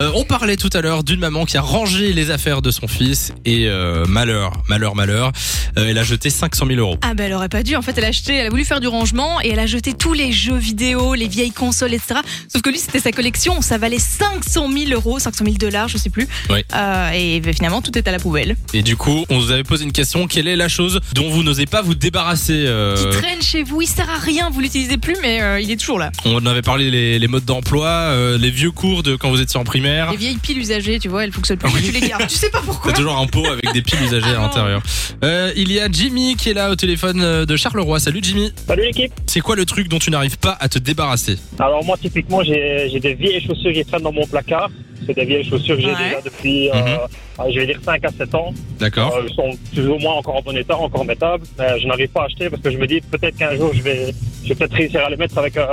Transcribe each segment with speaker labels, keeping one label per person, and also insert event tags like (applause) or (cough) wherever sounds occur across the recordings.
Speaker 1: Euh, on parlait tout à l'heure d'une maman qui a rangé les affaires de son fils et euh, malheur, malheur, malheur, euh, elle a jeté 500 000 euros.
Speaker 2: Ah ben elle aurait pas dû, en fait elle a acheté, elle a voulu faire du rangement et elle a jeté tous les jeux vidéo, les vieilles consoles, etc. Sauf que lui c'était sa collection, ça valait 500 000 euros, 500 000 dollars, je sais plus.
Speaker 1: Oui.
Speaker 2: Euh, et ben, finalement tout est à la poubelle.
Speaker 1: Et du coup, on vous avait posé une question, quelle est la chose dont vous n'osez pas vous débarrasser euh,
Speaker 2: Qui traîne chez vous, il sert à rien, vous l'utilisez plus mais euh, il est toujours là.
Speaker 1: On avait parlé les, les modes d'emploi, euh, les vieux cours de quand vous étiez en primaire.
Speaker 2: Les vieilles piles usagées, tu vois, elles fonctionnent plus,
Speaker 1: Ah. Oui.
Speaker 2: tu les gardes. Tu sais pas pourquoi.
Speaker 1: C'est toujours un pot avec des piles usagées à
Speaker 2: Ah non.
Speaker 1: l'intérieur. Euh, il y a Jimmy qui est là au téléphone euh, de Charleroi. Salut Jimmy.
Speaker 3: Salut l'équipe
Speaker 1: C'est quoi le truc dont tu n'arrives pas à te débarrasser
Speaker 3: Alors moi typiquement j'ai j'ai des vieilles chaussures qui traînent dans mon placard. C'est des vieilles chaussures que j'ai
Speaker 2: Ouais.
Speaker 3: déjà depuis, euh,
Speaker 1: Mhm. Oh.
Speaker 3: euh, je vais dire 5 à 7 ans.
Speaker 1: D'accord.
Speaker 3: Euh, elles sont plus ou moins encore en bon état, encore mettables. Mais je n'arrive pas à acheter parce que je me dis peut-être qu'un jour je vais, je vais peut-être réussir à les mettre avec euh,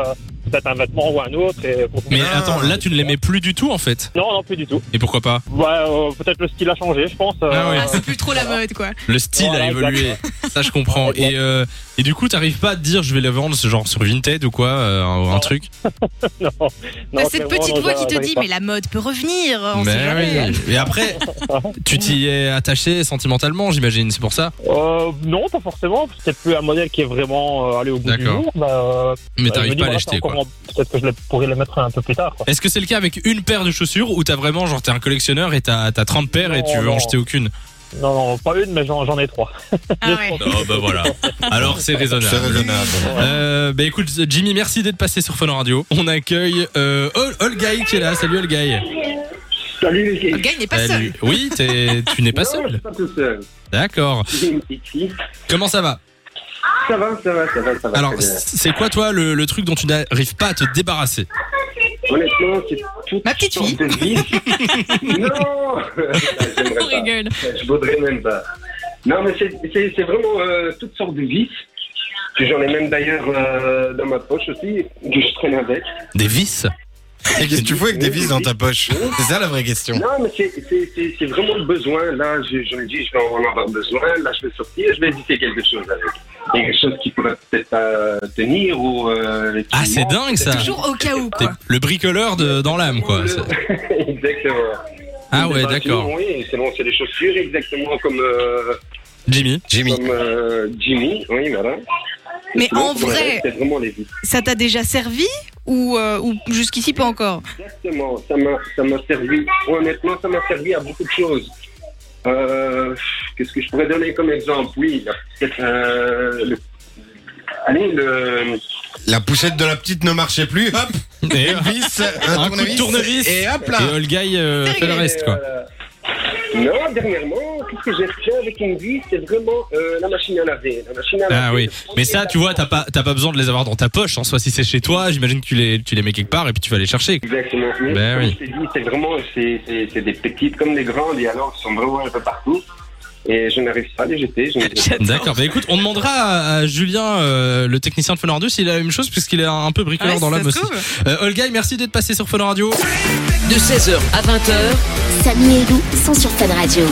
Speaker 3: peut-être un vêtement ou un autre. Et pour-
Speaker 1: Mais attends, là tu ne l'aimais plus du tout en fait.
Speaker 3: Non, non, plus du tout.
Speaker 1: Et pourquoi pas
Speaker 3: Ouais, euh, peut-être le style a changé, je pense. euh,
Speaker 1: Ah ouais.
Speaker 2: Ah, c'est plus trop la mode quoi.
Speaker 1: Le style
Speaker 3: Voilà,
Speaker 1: a évolué, ça je
Speaker 3: (laughs)
Speaker 1: comprends.
Speaker 3: Ouais, ouais.
Speaker 1: Et, euh, et du coup, t'arrives pas à te dire je vais le vendre ce genre sur Vinted ou quoi, euh, un, un
Speaker 3: Non.
Speaker 1: truc.
Speaker 3: non, non,
Speaker 2: T'as cette
Speaker 3: clairement,
Speaker 2: petite
Speaker 3: non,
Speaker 2: voix
Speaker 3: j'a-
Speaker 2: qui te
Speaker 3: euh, bah, j'arrive
Speaker 2: dit
Speaker 3: pas.
Speaker 2: mais la mode peut revenir, on
Speaker 1: Mais
Speaker 2: sait jamais.
Speaker 1: oui. Et
Speaker 3: (laughs)
Speaker 1: après, tu t'y es attaché sentimentalement, j'imagine, c'est pour ça.
Speaker 3: Euh, non, pas forcément. parce que C'est plus un modèle qui est vraiment euh, allé au bout du
Speaker 1: D'accord.
Speaker 3: jour. Bah, euh,
Speaker 1: Mais
Speaker 3: Euh, je
Speaker 1: t'arrives
Speaker 3: me dis,
Speaker 1: pas à
Speaker 3: voilà,
Speaker 1: l'acheter
Speaker 3: c'est
Speaker 1: quoi.
Speaker 3: encore en- Peut-être que je le- pourrais le mettre un peu plus tard. Quoi.
Speaker 1: Est-ce que c'est le cas avec une paire de chaussures ou t'as vraiment, genre, t'es un collectionneur et t'as t'as 30 paires et
Speaker 3: Non,
Speaker 1: tu veux en
Speaker 3: non.
Speaker 1: jeter aucune
Speaker 3: Non, non, pas une, mais j'en j'en
Speaker 1: (laughs)
Speaker 3: ai trois.
Speaker 2: Ah ouais.
Speaker 1: Non, bah voilà. Alors c'est
Speaker 4: Oh, C'est
Speaker 1: raisonnable.
Speaker 4: raisonnable.
Speaker 1: Euh, bah écoute, Jimmy, merci d'être passé sur Fun Radio. On accueille euh, Ol- Olgaï qui est là. Salut Olgaï.
Speaker 5: Salut les
Speaker 2: Le
Speaker 5: filles.
Speaker 2: gars il n'est pas
Speaker 1: Salut.
Speaker 2: seul.
Speaker 1: Oui, t'es- tu n'es pas
Speaker 2: (laughs)
Speaker 5: Non, je suis
Speaker 1: seul.
Speaker 5: pas tout seul.
Speaker 1: D'accord.
Speaker 5: J'ai une petite fille.
Speaker 1: Comment ça va
Speaker 5: Ça va, ça va, ça va, ça va.
Speaker 1: Alors,
Speaker 5: très bien.
Speaker 1: c'est quoi toi le, le truc dont tu n'arrives pas à te débarrasser
Speaker 5: honnêtement, c'est toute
Speaker 2: Ma petite
Speaker 5: sorte
Speaker 2: fille.
Speaker 5: de vie.
Speaker 1: (laughs)
Speaker 5: non, J'aimerais
Speaker 2: On
Speaker 5: pas.
Speaker 2: rigole.
Speaker 5: je voudrais même pas. Non, mais c'est- c'est c'est vraiment euh, toutes sortes de vices. que J'en ai même d'ailleurs euh, dans ma poche aussi, que je traîne avec.
Speaker 1: Des vis
Speaker 4: Et qu'est-ce que tu fais avec des vis dans ta poche C'est ça la vraie question.
Speaker 5: Non, mais c'est- c'est c'est- c'est vraiment le besoin. Là, je, je me dis, je vais en avoir besoin. Là, je vais sortir, je vais hésiter quelque chose avec. Quelque chose qui pourrait peut-être pas tenir ou. euh, qui
Speaker 1: Ah, c'est
Speaker 5: manque,
Speaker 1: dingue, ça.
Speaker 5: peut-être.
Speaker 2: Toujours au cas où
Speaker 1: T'es
Speaker 2: quoi.
Speaker 1: le bricoleur de, dans l'âme quoi.
Speaker 5: Le-
Speaker 1: C'est-
Speaker 5: (laughs) exactement.
Speaker 1: Ah ouais,
Speaker 5: Bah,
Speaker 1: d'accord.
Speaker 5: sinon, Oui, c'est bon, c'est les chaussures, exactement comme, euh,
Speaker 1: Jimmy,
Speaker 4: Jimmy.
Speaker 5: comme euh, Jimmy. Oui, voilà.
Speaker 2: Mais
Speaker 5: Sinon,
Speaker 2: en
Speaker 5: pour le
Speaker 2: vrai-
Speaker 5: reste, C'est vraiment les vies.
Speaker 2: Ça t'a déjà servi ou, euh, ou jusqu'ici pas encore
Speaker 5: Exactement, ça m'a ça m'a servi. Honnêtement, ça m'a servi à beaucoup de choses. Euh, Qu'est-ce que je pourrais donner comme exemple Oui, là, peut-être, euh, le- allez, le.
Speaker 4: La poussette de la petite ne marchait plus. (laughs) Hop,
Speaker 1: et,
Speaker 4: une vis, un,
Speaker 1: Un coup de
Speaker 4: tournevis,
Speaker 1: tournevis.
Speaker 4: Et hop
Speaker 1: et
Speaker 4: là.
Speaker 1: Olgaï euh, fait le reste quoi.
Speaker 5: Euh, non, dernièrement, qu'est-ce que j'ai fait avec une vie C'est vraiment euh, la machine à laver. La machine à
Speaker 1: Ah
Speaker 5: laver,
Speaker 1: oui,
Speaker 5: le premier
Speaker 1: mais ça tu vois
Speaker 5: laver.
Speaker 1: t'as pas t'as pas besoin de les avoir dans ta poche en soi si c'est chez toi j'imagine que tu les tu les mets quelque part et puis tu vas les chercher.
Speaker 5: Exactement. Mais
Speaker 1: Ben
Speaker 5: comme
Speaker 1: oui.
Speaker 5: je t'ai dit, c'est vraiment c'est, c'est, c'est des petites comme des grandes et alors elles sont vraiment un peu partout. Et je n'arrive pas à les jeter. Je ne les-
Speaker 1: D'accord, bah écoute on demandera à, à Julien euh, le technicien de Fun Radio s'il a la même chose puisqu'il est un peu bricoleur
Speaker 2: Ah Ouais,
Speaker 1: dans
Speaker 2: ça
Speaker 1: l'âme aussi.
Speaker 2: se trouve.
Speaker 1: Euh, Olgaï merci d'être passé sur Fun Radio.
Speaker 6: De 16h à 20h,
Speaker 7: Samy et Lou sont sur Fan Radio.